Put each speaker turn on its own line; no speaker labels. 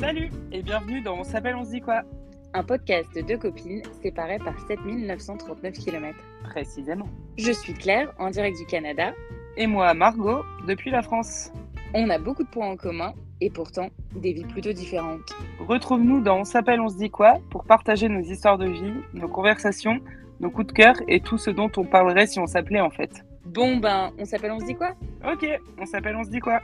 Salut et bienvenue dans On s'appelle, on se dit quoi
Un podcast de deux copines séparées par 7939 km.
Précisément.
Je suis Claire, en direct du Canada.
Et moi, Margot, depuis la France.
On a beaucoup de points en commun et pourtant des vies plutôt différentes.
Retrouve-nous dans On s'appelle, on se dit quoi pour partager nos histoires de vie, nos conversations, nos coups de cœur et tout ce dont on parlerait si on s'appelait en fait.
Bon ben, on s'appelle, on se dit quoi
Ok, on s'appelle, on se dit quoi